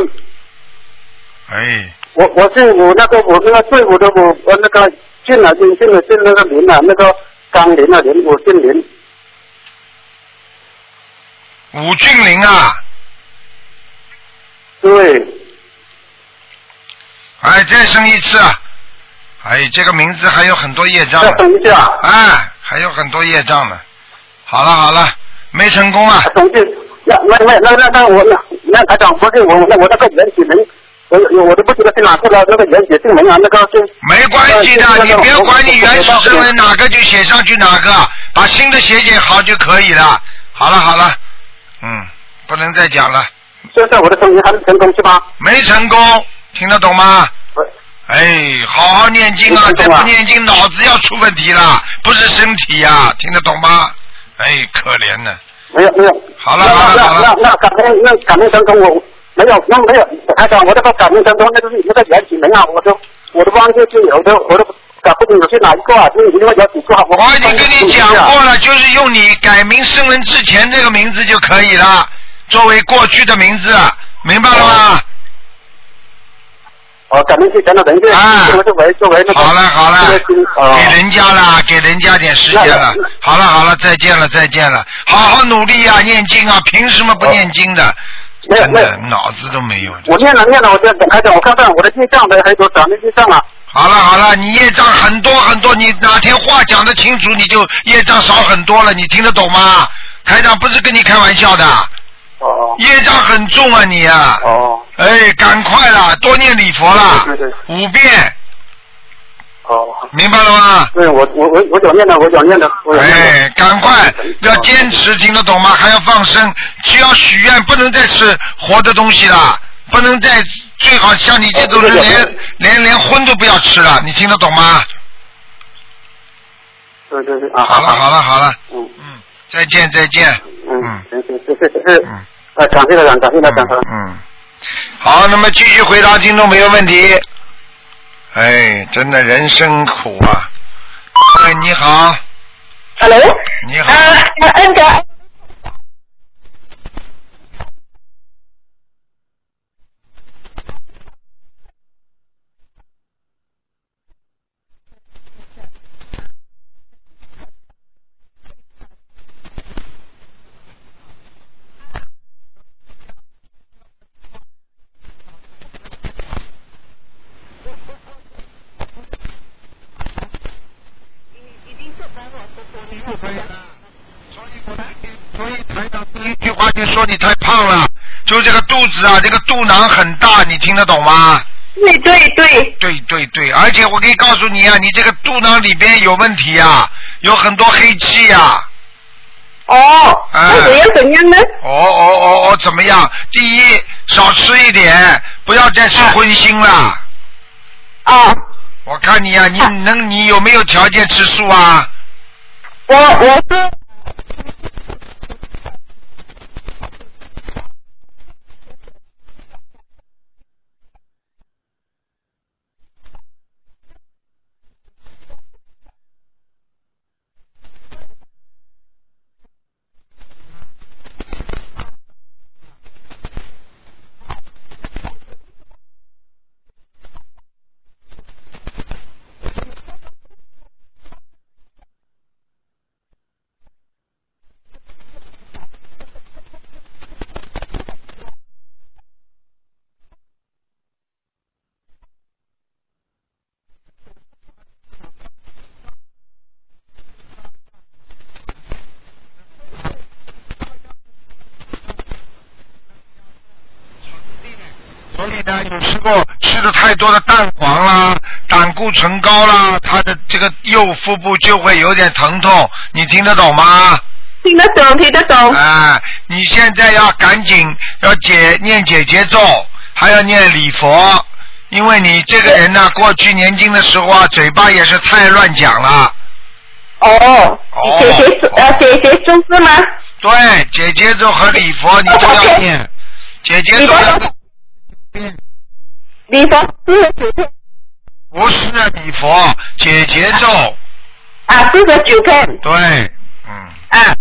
[SPEAKER 1] 哎，
[SPEAKER 5] 我我是我那个我那个队伍的我我那个啊进了进进了进那个林啊，那个刚林啊林，我姓林。
[SPEAKER 1] 吴俊霖啊。
[SPEAKER 5] 对，
[SPEAKER 1] 哎，再生一次。哎，这个名字还有很多业障
[SPEAKER 5] 再
[SPEAKER 1] 呢。
[SPEAKER 5] 等一下，
[SPEAKER 1] 哎，还有很多业障呢。好了好了，没成功啊。
[SPEAKER 5] 等一下，那那那那那那我那那台长不是我那我那个原始人，我我都不知道是哪个了，那个原始姓名啊，那个是
[SPEAKER 1] 没关系的，
[SPEAKER 5] 那那
[SPEAKER 1] 你
[SPEAKER 5] 那
[SPEAKER 1] 别
[SPEAKER 5] 我
[SPEAKER 1] 管你
[SPEAKER 5] 我
[SPEAKER 1] 原始
[SPEAKER 5] 我
[SPEAKER 1] 身份哪个就写上去哪个，把新的写写好就可以了。好了好了，嗯，不能再讲了，
[SPEAKER 5] 现在我的声音还没成功是吧？
[SPEAKER 1] 没成功，听得懂吗？哎，好好念经啊！
[SPEAKER 5] 没
[SPEAKER 1] 再
[SPEAKER 5] 成功啊
[SPEAKER 1] 不念经，脑子要出问题了，不是身体呀、听得懂吗？哎，可怜呢。
[SPEAKER 5] 没有没有。
[SPEAKER 1] 好了
[SPEAKER 5] 那
[SPEAKER 1] 好了好了
[SPEAKER 5] 那那那感恩那感恩成功我没有那没有，台长我这个感恩成功那个是那个原始人啊，我都我都忘记是有的，我都搞不清楚是哪一个啊，就是另外有几个啊。我
[SPEAKER 1] 我已经跟你讲过了，就是用你改名声纹之前这个名字就可以了，作为过去的名字，明白了吗？
[SPEAKER 5] 哦，感恩之前的文字，
[SPEAKER 1] 啊
[SPEAKER 5] 我就为作为那个。
[SPEAKER 1] 好了好了
[SPEAKER 5] 这个心，哦
[SPEAKER 1] 给人家了，给人家点时间了
[SPEAKER 5] 那。
[SPEAKER 1] 好了好了，再见了再见了，好好努力啊，念经啊，凭什么不念经
[SPEAKER 5] 哦
[SPEAKER 1] 的？
[SPEAKER 5] 没有
[SPEAKER 1] 真
[SPEAKER 5] 没
[SPEAKER 1] 的
[SPEAKER 5] 有，
[SPEAKER 1] 脑子都没有。
[SPEAKER 5] 我念了念了，我就台长我看看我的记账没还有多少，那记账啊。
[SPEAKER 1] 好了好了，你业障很多很多，你哪天话讲得清楚，你就业障少很多了，你听得懂吗？台长不是跟你开玩笑的，
[SPEAKER 5] 哦
[SPEAKER 1] 业障很重啊你啊
[SPEAKER 5] 哦，哦
[SPEAKER 1] 哎，赶快啦，多念礼佛啦
[SPEAKER 5] 对对对，
[SPEAKER 1] 五遍，
[SPEAKER 5] 哦，
[SPEAKER 1] 明白了吗？
[SPEAKER 5] 对我我我我想念的，我想念的，我想念的。
[SPEAKER 1] 哎，赶快要坚持，听得懂吗？还要放生，只要许愿，不能再吃活的东西了，不能再最好像你这种人
[SPEAKER 5] 哦这个
[SPEAKER 1] 连连连荤都不要吃了，你听得懂吗？
[SPEAKER 5] 对对对啊，
[SPEAKER 1] 好了好了好了，
[SPEAKER 5] 嗯
[SPEAKER 1] 嗯，再见再见，
[SPEAKER 5] 嗯
[SPEAKER 1] 嗯，
[SPEAKER 5] 行行行行行，
[SPEAKER 1] 嗯
[SPEAKER 5] 啊，感谢台长，感谢台长，啊
[SPEAKER 1] 嗯嗯，好，那么继续回答听众朋友问题。哎，真的人生苦啊！哎，你好，
[SPEAKER 6] Hello，
[SPEAKER 1] 你
[SPEAKER 2] 呃
[SPEAKER 1] 好，
[SPEAKER 6] 啊，恩格，
[SPEAKER 1] 所以台长第一句话就说你太胖了，就这个肚子啊，这个肚囊很大，你听得懂吗？
[SPEAKER 6] 对对对，
[SPEAKER 1] 对对对，而且我可以告诉你啊，你这个肚囊里边有问题啊，有很多黑气啊。
[SPEAKER 6] 哦，
[SPEAKER 1] 哎
[SPEAKER 6] 那我要怎样呢？
[SPEAKER 1] 哦哦哦哦，怎么样？第一，少吃一点，不要再吃荤腥了。
[SPEAKER 2] 哦
[SPEAKER 6] 啊，
[SPEAKER 1] 我看你呀、啊你能你有没有条件吃素啊？
[SPEAKER 6] 我我是
[SPEAKER 1] 所以呢，有时候吃的太多的蛋黄啦、胆固醇高啦，他的这个右腹部就会有点疼痛，你听得懂吗？
[SPEAKER 6] 听得懂听得
[SPEAKER 4] 哦
[SPEAKER 6] 懂，
[SPEAKER 1] 哎，你现在要赶紧要解念解节咒，还要念礼佛，因为你这个人呢，过去年轻的时候啊，嘴巴也是太乱讲了。
[SPEAKER 6] 哦，
[SPEAKER 1] 哦
[SPEAKER 6] 写写呃写写数字吗？
[SPEAKER 1] 对，解节奏和礼佛你都要念，解节
[SPEAKER 6] 礼
[SPEAKER 1] 奏
[SPEAKER 6] 佛礼佛四十九片
[SPEAKER 1] 不是礼佛，解节奏，
[SPEAKER 6] 啊，四十九片
[SPEAKER 1] 对，嗯，
[SPEAKER 6] 啊，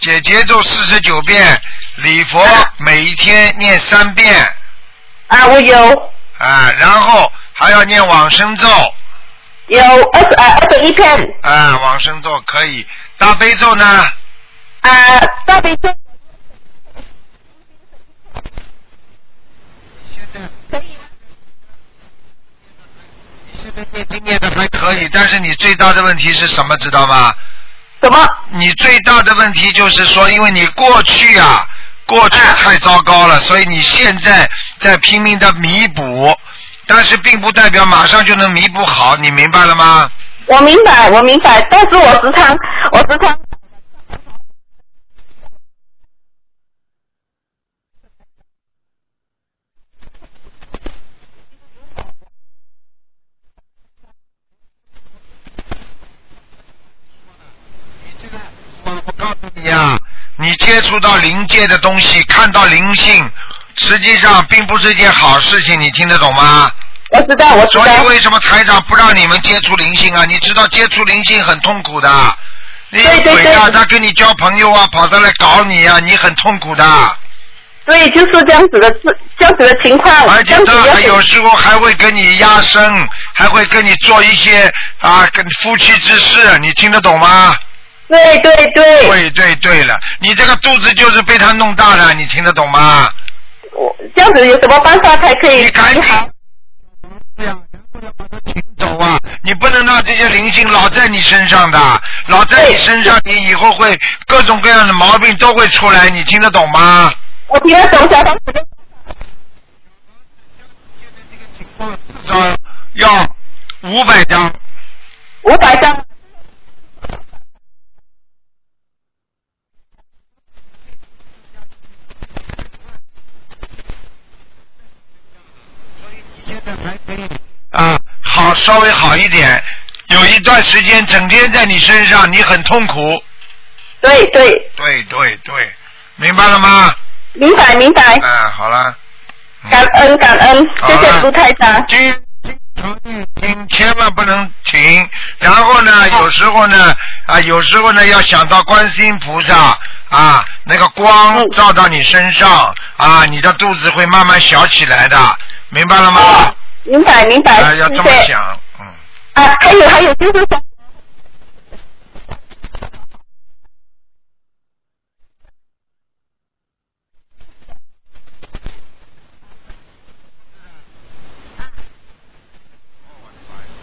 [SPEAKER 1] 解节奏四十九遍，礼佛每一天念三遍
[SPEAKER 6] 啊，我有
[SPEAKER 1] 啊，然后还要念往生咒
[SPEAKER 6] 有二十啊二十一片
[SPEAKER 1] 啊，往生咒可以，大悲咒呢？
[SPEAKER 6] 啊，大悲咒
[SPEAKER 1] 现在念经念的还可以，但是你最大的问题是什么？知道吗？
[SPEAKER 6] 什么？
[SPEAKER 1] 你最大的问题就是说，因为你过去啊，过去太糟糕了，所以你现在在拼命的弥补，但是并不代表马上就能弥补好，你明白了吗？
[SPEAKER 6] 我明白我明白，但是我时常我时常
[SPEAKER 1] 我告诉你啊，你接触到灵界的东西，看到灵性，实际上并不是一件好事情，你听得懂吗？
[SPEAKER 6] 我知道我知
[SPEAKER 1] 所以
[SPEAKER 6] 道，
[SPEAKER 1] 为什么台长不让你们接触灵性啊？你知道接触灵性很痛苦的，那
[SPEAKER 6] 对对
[SPEAKER 1] 鬼啊，
[SPEAKER 6] 对
[SPEAKER 1] 他跟你交朋友啊，跑到来搞你啊，你很痛苦的。
[SPEAKER 6] 哦对，就是这样子的这这样子的情况，
[SPEAKER 1] 而
[SPEAKER 6] 这
[SPEAKER 1] 且
[SPEAKER 6] 样子
[SPEAKER 1] 他
[SPEAKER 6] 要
[SPEAKER 1] 还
[SPEAKER 6] 怎
[SPEAKER 1] 有时候还会跟你压身，还会跟你做一些啊，跟夫妻之事，你听得懂吗？
[SPEAKER 6] 对对对，
[SPEAKER 1] 对对对了，你这个肚子就是被他弄大的，你听得懂吗？
[SPEAKER 6] 我这样子有什么办法才可以
[SPEAKER 1] 你赶
[SPEAKER 6] 治
[SPEAKER 1] 紧
[SPEAKER 6] 好？
[SPEAKER 1] 走啊！你不能让这些灵性老在你身上的，老在你身上，你以后会各种各样的毛病都会出来，你听得懂吗？
[SPEAKER 2] 我听得懂小房子的，
[SPEAKER 1] 至少要五百张，
[SPEAKER 2] 五百张，
[SPEAKER 1] 啊，好，稍微好一点。有一段时间整天在你身上，你很痛苦。
[SPEAKER 2] 对对，
[SPEAKER 1] 对对对，明白了吗？
[SPEAKER 2] 明白明白，
[SPEAKER 1] 啊，好了。嗯
[SPEAKER 2] 感恩感恩，
[SPEAKER 1] 好啊
[SPEAKER 2] 谢
[SPEAKER 1] 了
[SPEAKER 2] 谢卢台长，
[SPEAKER 1] 经听千万不能停，然后呢，有时候呢，啊，有时候呢要想到观世音菩萨啊，那个
[SPEAKER 2] 嗯
[SPEAKER 1] 光照到你身上啊，你的肚子会慢慢小起来的，明白了吗？
[SPEAKER 2] 哦明白明白
[SPEAKER 1] 啊，，要
[SPEAKER 2] 谢
[SPEAKER 1] 这么
[SPEAKER 2] 谢。
[SPEAKER 1] 想，嗯，
[SPEAKER 2] 啊，还有还有就是说，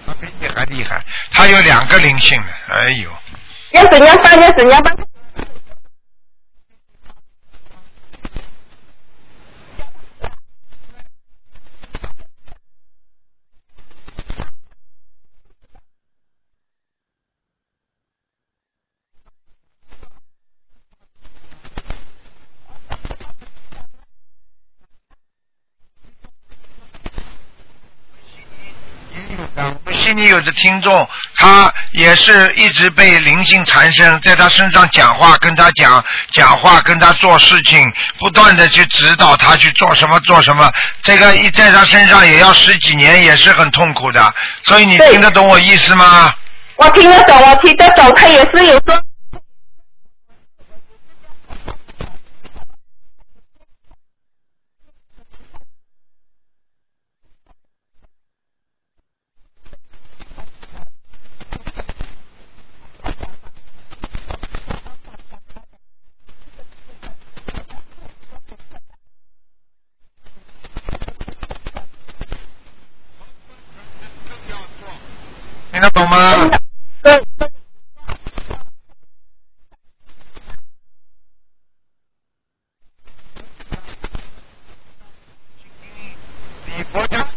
[SPEAKER 1] 他比你还厉害，他有两个灵性呢，哎呦，
[SPEAKER 2] 要怎样办要怎样办？
[SPEAKER 1] 呃我悉尼有的听众，他也是一直被灵性缠身，在他身上讲话，跟他讲讲话，跟他做事情，不断的去指导他去做什么做什么，这个一在他身上也要十几年，也是很痛苦的。所以你
[SPEAKER 2] 对
[SPEAKER 1] 听得懂我意思吗？
[SPEAKER 2] 我听得懂，我听得懂，他也是有说，
[SPEAKER 1] 听得懂吗？
[SPEAKER 2] 对，
[SPEAKER 1] 你佛家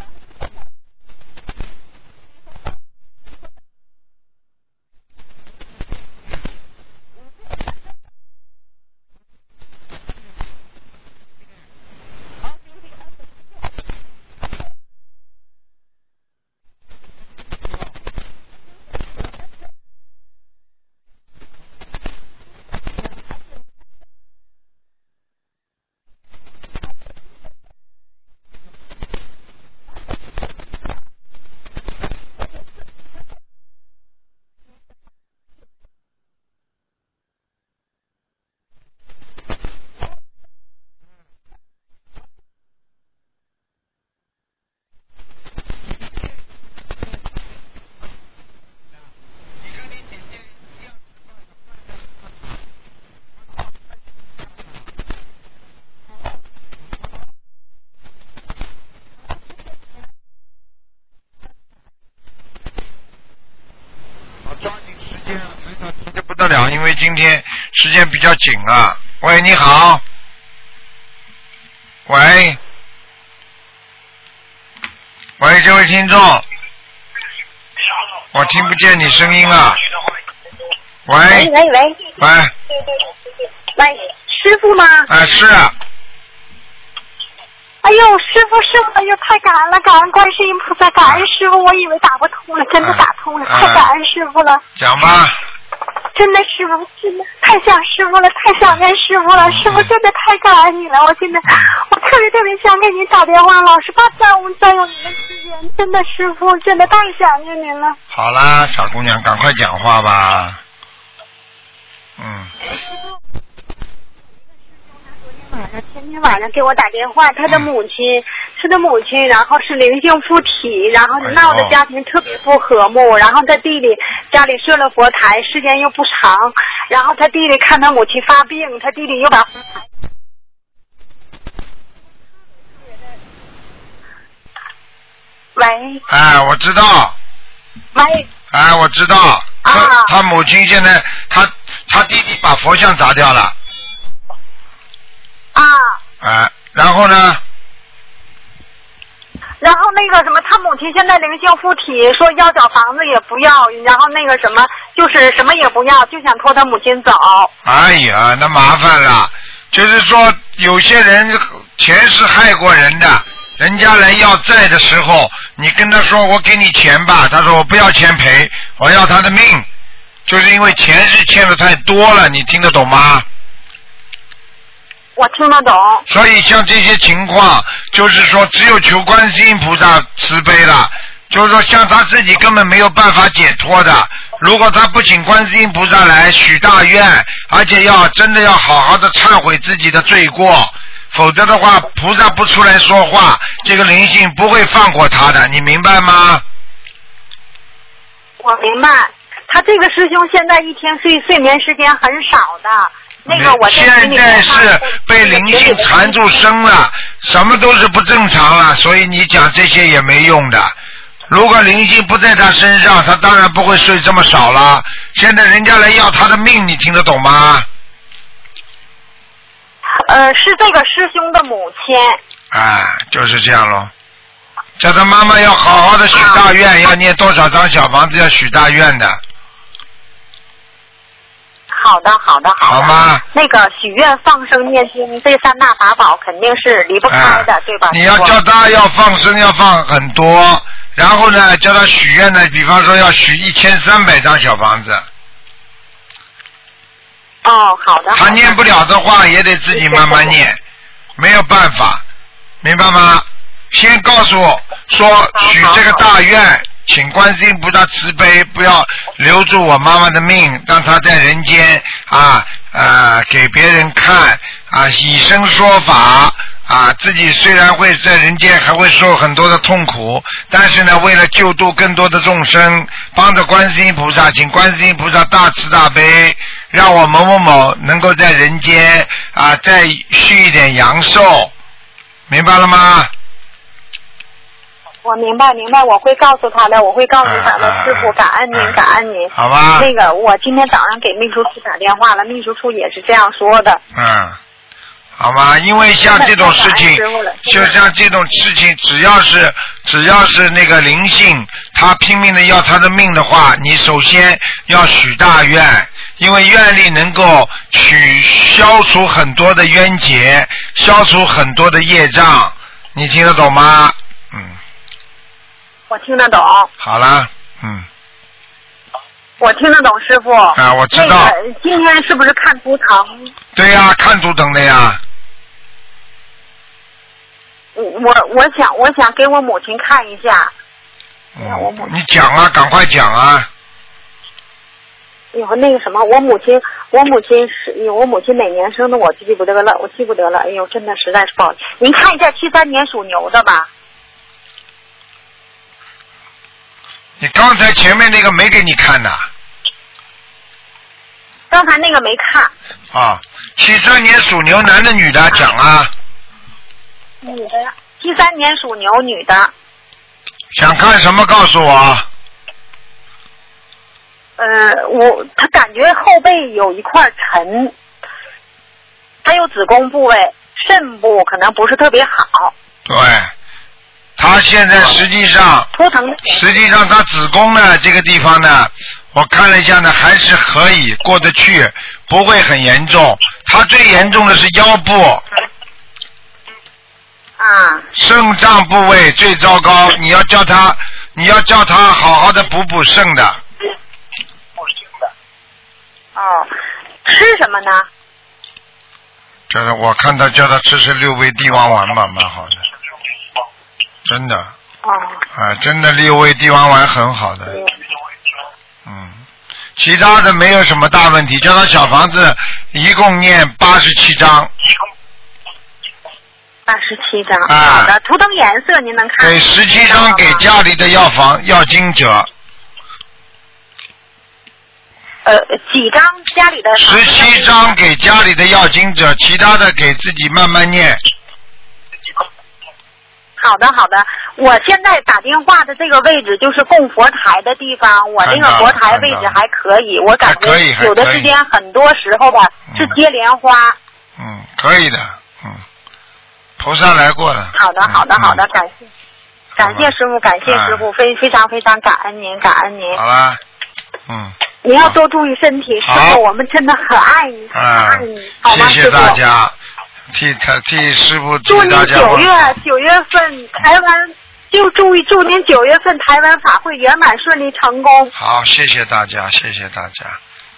[SPEAKER 1] 抓紧时间啊，台长急得不得了，因为今天时间比较紧啊。喂，你好。喂，喂，这位听众，我听不见你声音了。
[SPEAKER 4] 喂
[SPEAKER 1] 喂，
[SPEAKER 4] 喂喂，
[SPEAKER 1] 喂，
[SPEAKER 4] 喂，师傅吗？
[SPEAKER 1] 啊，是啊
[SPEAKER 4] 哎呦，师傅师傅，哎呦，太感恩了，感恩观世音菩萨，感恩师傅，我以为打不通了，真的打通了，
[SPEAKER 1] 啊
[SPEAKER 4] 太感恩师傅了，
[SPEAKER 1] 讲吧，
[SPEAKER 4] 真的师傅，真的太想师傅了，太想念师傅了，啊师
[SPEAKER 1] 嗯
[SPEAKER 4] 傅真的太感恩你了，我真的，我特别特别想给您打电话，老是怕耽误耽误您的时间，真的师傅，真的太想念您了。
[SPEAKER 1] 好啦，小姑娘，赶快讲话吧。嗯，
[SPEAKER 4] 晚上，前天晚上给我打电话，他的母亲，他的母亲，然后是灵性附体，然后闹
[SPEAKER 1] 哎
[SPEAKER 4] 得
[SPEAKER 1] 呦
[SPEAKER 4] 家庭特别不和
[SPEAKER 1] 哎
[SPEAKER 4] 睦，然后他弟弟家里设了佛台，时间又不长，然后他弟弟看他母亲发病，他弟弟又把佛台。喂，
[SPEAKER 3] 喂
[SPEAKER 1] 哎，我知道，
[SPEAKER 3] 喂，
[SPEAKER 1] 哎，我知道。他
[SPEAKER 3] 啊
[SPEAKER 1] 他母亲现在，他他弟弟把佛像砸掉了，
[SPEAKER 3] 啊，
[SPEAKER 1] 哎，然后呢，
[SPEAKER 3] 然后那个什么，他母亲现在灵性附体，说要找房子也不要，然后那个什么，就是什么也不要，就想拖他母亲走。
[SPEAKER 1] 哎呀，那麻烦了。就是说，有些人钱是害过人的，人家来要债的时候，你跟他说我给你钱吧，他说我不要钱赔，我要他的命，就是因为钱是欠的太多了，你听得懂吗？
[SPEAKER 3] 我听得懂，
[SPEAKER 1] 所以像这些情况，就是说只有求观世音菩萨慈悲了，就是说像他自己根本没有办法解脱的。如果他不请观世音菩萨来许大愿，而且要真的要好好的忏悔自己的罪过，否则的话，菩萨不出来说话，这个灵性不会放过他的，你明白吗？
[SPEAKER 3] 我明白。他这个师兄现在一天睡睡眠时间很少的，那个我在给
[SPEAKER 1] 现
[SPEAKER 3] 你
[SPEAKER 1] 在
[SPEAKER 3] 看看
[SPEAKER 1] 是被灵性缠住身了，什么都是不正常了，所以你讲这些也没用的。如果灵性不在他身上，他当然不会睡这么少了。现在人家来要他的命，你听得懂吗？
[SPEAKER 3] 呃，是这个师兄的母亲。
[SPEAKER 1] 哎，就是这样咯。叫他妈妈要好好的许大愿，
[SPEAKER 3] 啊
[SPEAKER 1] 要念多少张小房子要许大愿的，
[SPEAKER 3] 好的，好的，好
[SPEAKER 1] 好
[SPEAKER 3] 的。
[SPEAKER 1] 吗？
[SPEAKER 3] 那个许愿、放生、念经这三大法宝肯定是离不开的，
[SPEAKER 1] 哎
[SPEAKER 3] 对吧？
[SPEAKER 1] 你要
[SPEAKER 3] 师傅
[SPEAKER 1] 叫他要放生，要放很多，然后呢，叫他许愿呢，比方说要许一千三百张小房子，
[SPEAKER 3] 哦，好的。
[SPEAKER 1] 他念不了的话，也得自己慢慢念，没有办法，明白吗？先告诉我说许这个大愿，请观世音菩萨慈悲，不要留住我妈妈的命，让她在人间啊呃给别人看啊以身说法啊，自己虽然会在人间还会受很多的痛苦，但是呢，为了救度更多的众生，帮着观世音菩萨，请观世音菩萨大慈大悲，让我某某某能够在人间啊再续一点阳寿，明白了吗？
[SPEAKER 3] 我明白，明白，我会告诉他的，我会告诉他的。
[SPEAKER 1] 啊
[SPEAKER 3] 师傅，感恩您，
[SPEAKER 1] 啊
[SPEAKER 3] 感恩您。
[SPEAKER 1] 好吧
[SPEAKER 3] 那个，我今天早上给秘书处打电话了，秘书处也是这样说的。
[SPEAKER 1] 嗯，好吗？因为像这种事情
[SPEAKER 3] 那太感恩师傅了，真
[SPEAKER 1] 就
[SPEAKER 3] 的
[SPEAKER 1] 像这种事情，只要是只要是那个灵性，他拼命的要他的命的话，你首先要许大愿，因为愿力能够取消除很多的冤结，消除很多的业障，你听得懂吗？嗯，
[SPEAKER 3] 我听得懂，
[SPEAKER 1] 好啦，嗯，
[SPEAKER 3] 我听得懂，师傅。
[SPEAKER 1] 啊，我知
[SPEAKER 3] 那
[SPEAKER 1] 道，
[SPEAKER 3] 个，今天是不是看图腾？
[SPEAKER 1] 对呀、看图腾的呀，
[SPEAKER 3] 我我我想我想给我母亲看一下。
[SPEAKER 1] 嗯，你讲啊，赶快讲啊，
[SPEAKER 3] 有个那个什么，我母亲，我母亲是，我母亲哪年生的，我记不得了，我记不得了。哎呦，真的实在是不好。您看一下七三年属牛的吧。
[SPEAKER 1] 你刚才前面那个没给你看呐、
[SPEAKER 3] 刚才那个没看，
[SPEAKER 1] 啊，七三年属牛，男的女的讲啊，
[SPEAKER 3] 女啊的，七三年属牛女的，
[SPEAKER 1] 想看什么告诉我啊。
[SPEAKER 3] 呃，我她感觉后背有一块沉，还有子宫部位、肾部可能不是特别好，
[SPEAKER 1] 对，他现在实际上，
[SPEAKER 3] 图腾的
[SPEAKER 1] 实际上他子宫呢这个地方呢，我看了一下呢，还是可以过得去，不会很严重。他最严重的是腰部、
[SPEAKER 3] 啊，
[SPEAKER 1] 肾脏部位最糟糕，你要叫他，你要叫他好好的补补肾的。
[SPEAKER 3] 哦，吃什么呢？
[SPEAKER 1] 就是我看他叫他吃吃六味地黄丸吧，蛮好的，真的。
[SPEAKER 3] 哦，
[SPEAKER 1] 啊，真的六味地黄丸很好的，
[SPEAKER 3] 嗯
[SPEAKER 1] 嗯，其他的没有什么大问题。叫他小房子一共念八十七章，
[SPEAKER 3] 八十七张，
[SPEAKER 1] 啊
[SPEAKER 3] 好的，图腾颜色您能看？
[SPEAKER 1] 给十七章给家里的药房药经者，
[SPEAKER 3] 呃，几张家里的房
[SPEAKER 1] 十
[SPEAKER 3] 子
[SPEAKER 1] 七章给家里的药经者，其他的给自己慢慢念，
[SPEAKER 3] 好的好的，我现在打电话的这个位置就是供佛台的地方，我这个
[SPEAKER 1] 看到了
[SPEAKER 3] 佛台
[SPEAKER 1] 看
[SPEAKER 3] 位
[SPEAKER 1] 到
[SPEAKER 3] 置
[SPEAKER 1] 了
[SPEAKER 3] 还可以，我感
[SPEAKER 1] 还可以还
[SPEAKER 3] 觉有的
[SPEAKER 1] 可以
[SPEAKER 3] 时间很多时候吧
[SPEAKER 1] 嗯
[SPEAKER 3] 是接莲花。
[SPEAKER 1] 嗯，可以的，嗯，菩萨来过的。
[SPEAKER 3] 好的好的
[SPEAKER 1] 嗯
[SPEAKER 3] 好的，
[SPEAKER 1] 嗯
[SPEAKER 3] 感谢感谢师傅，感谢师傅，非非常非常感恩您，感恩您，
[SPEAKER 1] 好啦，嗯，
[SPEAKER 3] 您要多注意身体，师
[SPEAKER 1] 好嗯
[SPEAKER 3] 傅，我们真的很爱你，很爱你，好吗，
[SPEAKER 1] 啊谢谢
[SPEAKER 3] 师傅？
[SPEAKER 1] 大家，替他替师傅替
[SPEAKER 3] 祝您
[SPEAKER 1] 大家
[SPEAKER 3] 九
[SPEAKER 1] 问
[SPEAKER 3] 月九月份台湾就注意祝您九月份台湾法会圆满顺利成功。
[SPEAKER 1] 好，谢谢大家，谢谢大家，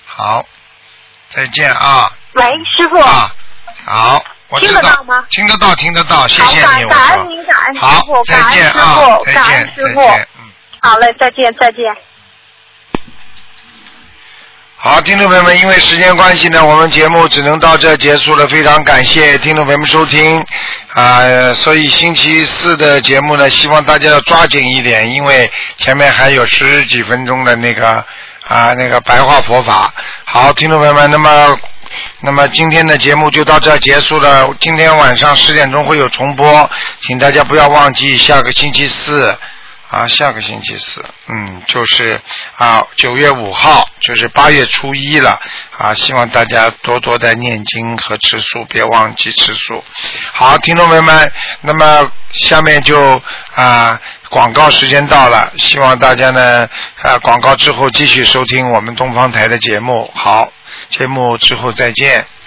[SPEAKER 1] 好，再见啊
[SPEAKER 3] 喂，师傅，
[SPEAKER 1] 啊，好，我知
[SPEAKER 3] 听得到吗
[SPEAKER 1] 听得到，听得到，谢
[SPEAKER 3] 好
[SPEAKER 1] 谢
[SPEAKER 3] 感
[SPEAKER 1] 你，我
[SPEAKER 3] 感恩
[SPEAKER 1] 说
[SPEAKER 3] 您感恩师
[SPEAKER 1] 好
[SPEAKER 3] 傅，
[SPEAKER 1] 再
[SPEAKER 3] 感恩
[SPEAKER 1] 见
[SPEAKER 3] 师
[SPEAKER 1] 啊，
[SPEAKER 3] 傅，
[SPEAKER 1] 再
[SPEAKER 3] 感恩
[SPEAKER 1] 见，
[SPEAKER 3] 师
[SPEAKER 1] 再
[SPEAKER 3] 傅。
[SPEAKER 1] 见，嗯。
[SPEAKER 3] 好嘞，再见，再见。
[SPEAKER 1] 好，听众朋友们，因为时间关系呢，我们节目只能到这结束了。非常感谢听众朋友们收听啊、所以星期四的节目呢，希望大家要抓紧一点，因为前面还有十几分钟的那个啊、那个白话佛法。好，听众朋友们，那么。那么今天的节目就到这儿结束了。今天晚上十点钟会有重播，请大家不要忘记下个星期四啊，下个星期四，嗯，就是啊，九月五号，就是八月初一了啊。希望大家多多的念经和吃素，别忘记吃素。好，听众朋友们，那么下面就啊。广告时间到了，希望大家呢，啊，广告之后继续收听我们东方台的节目。好，节目之后再见。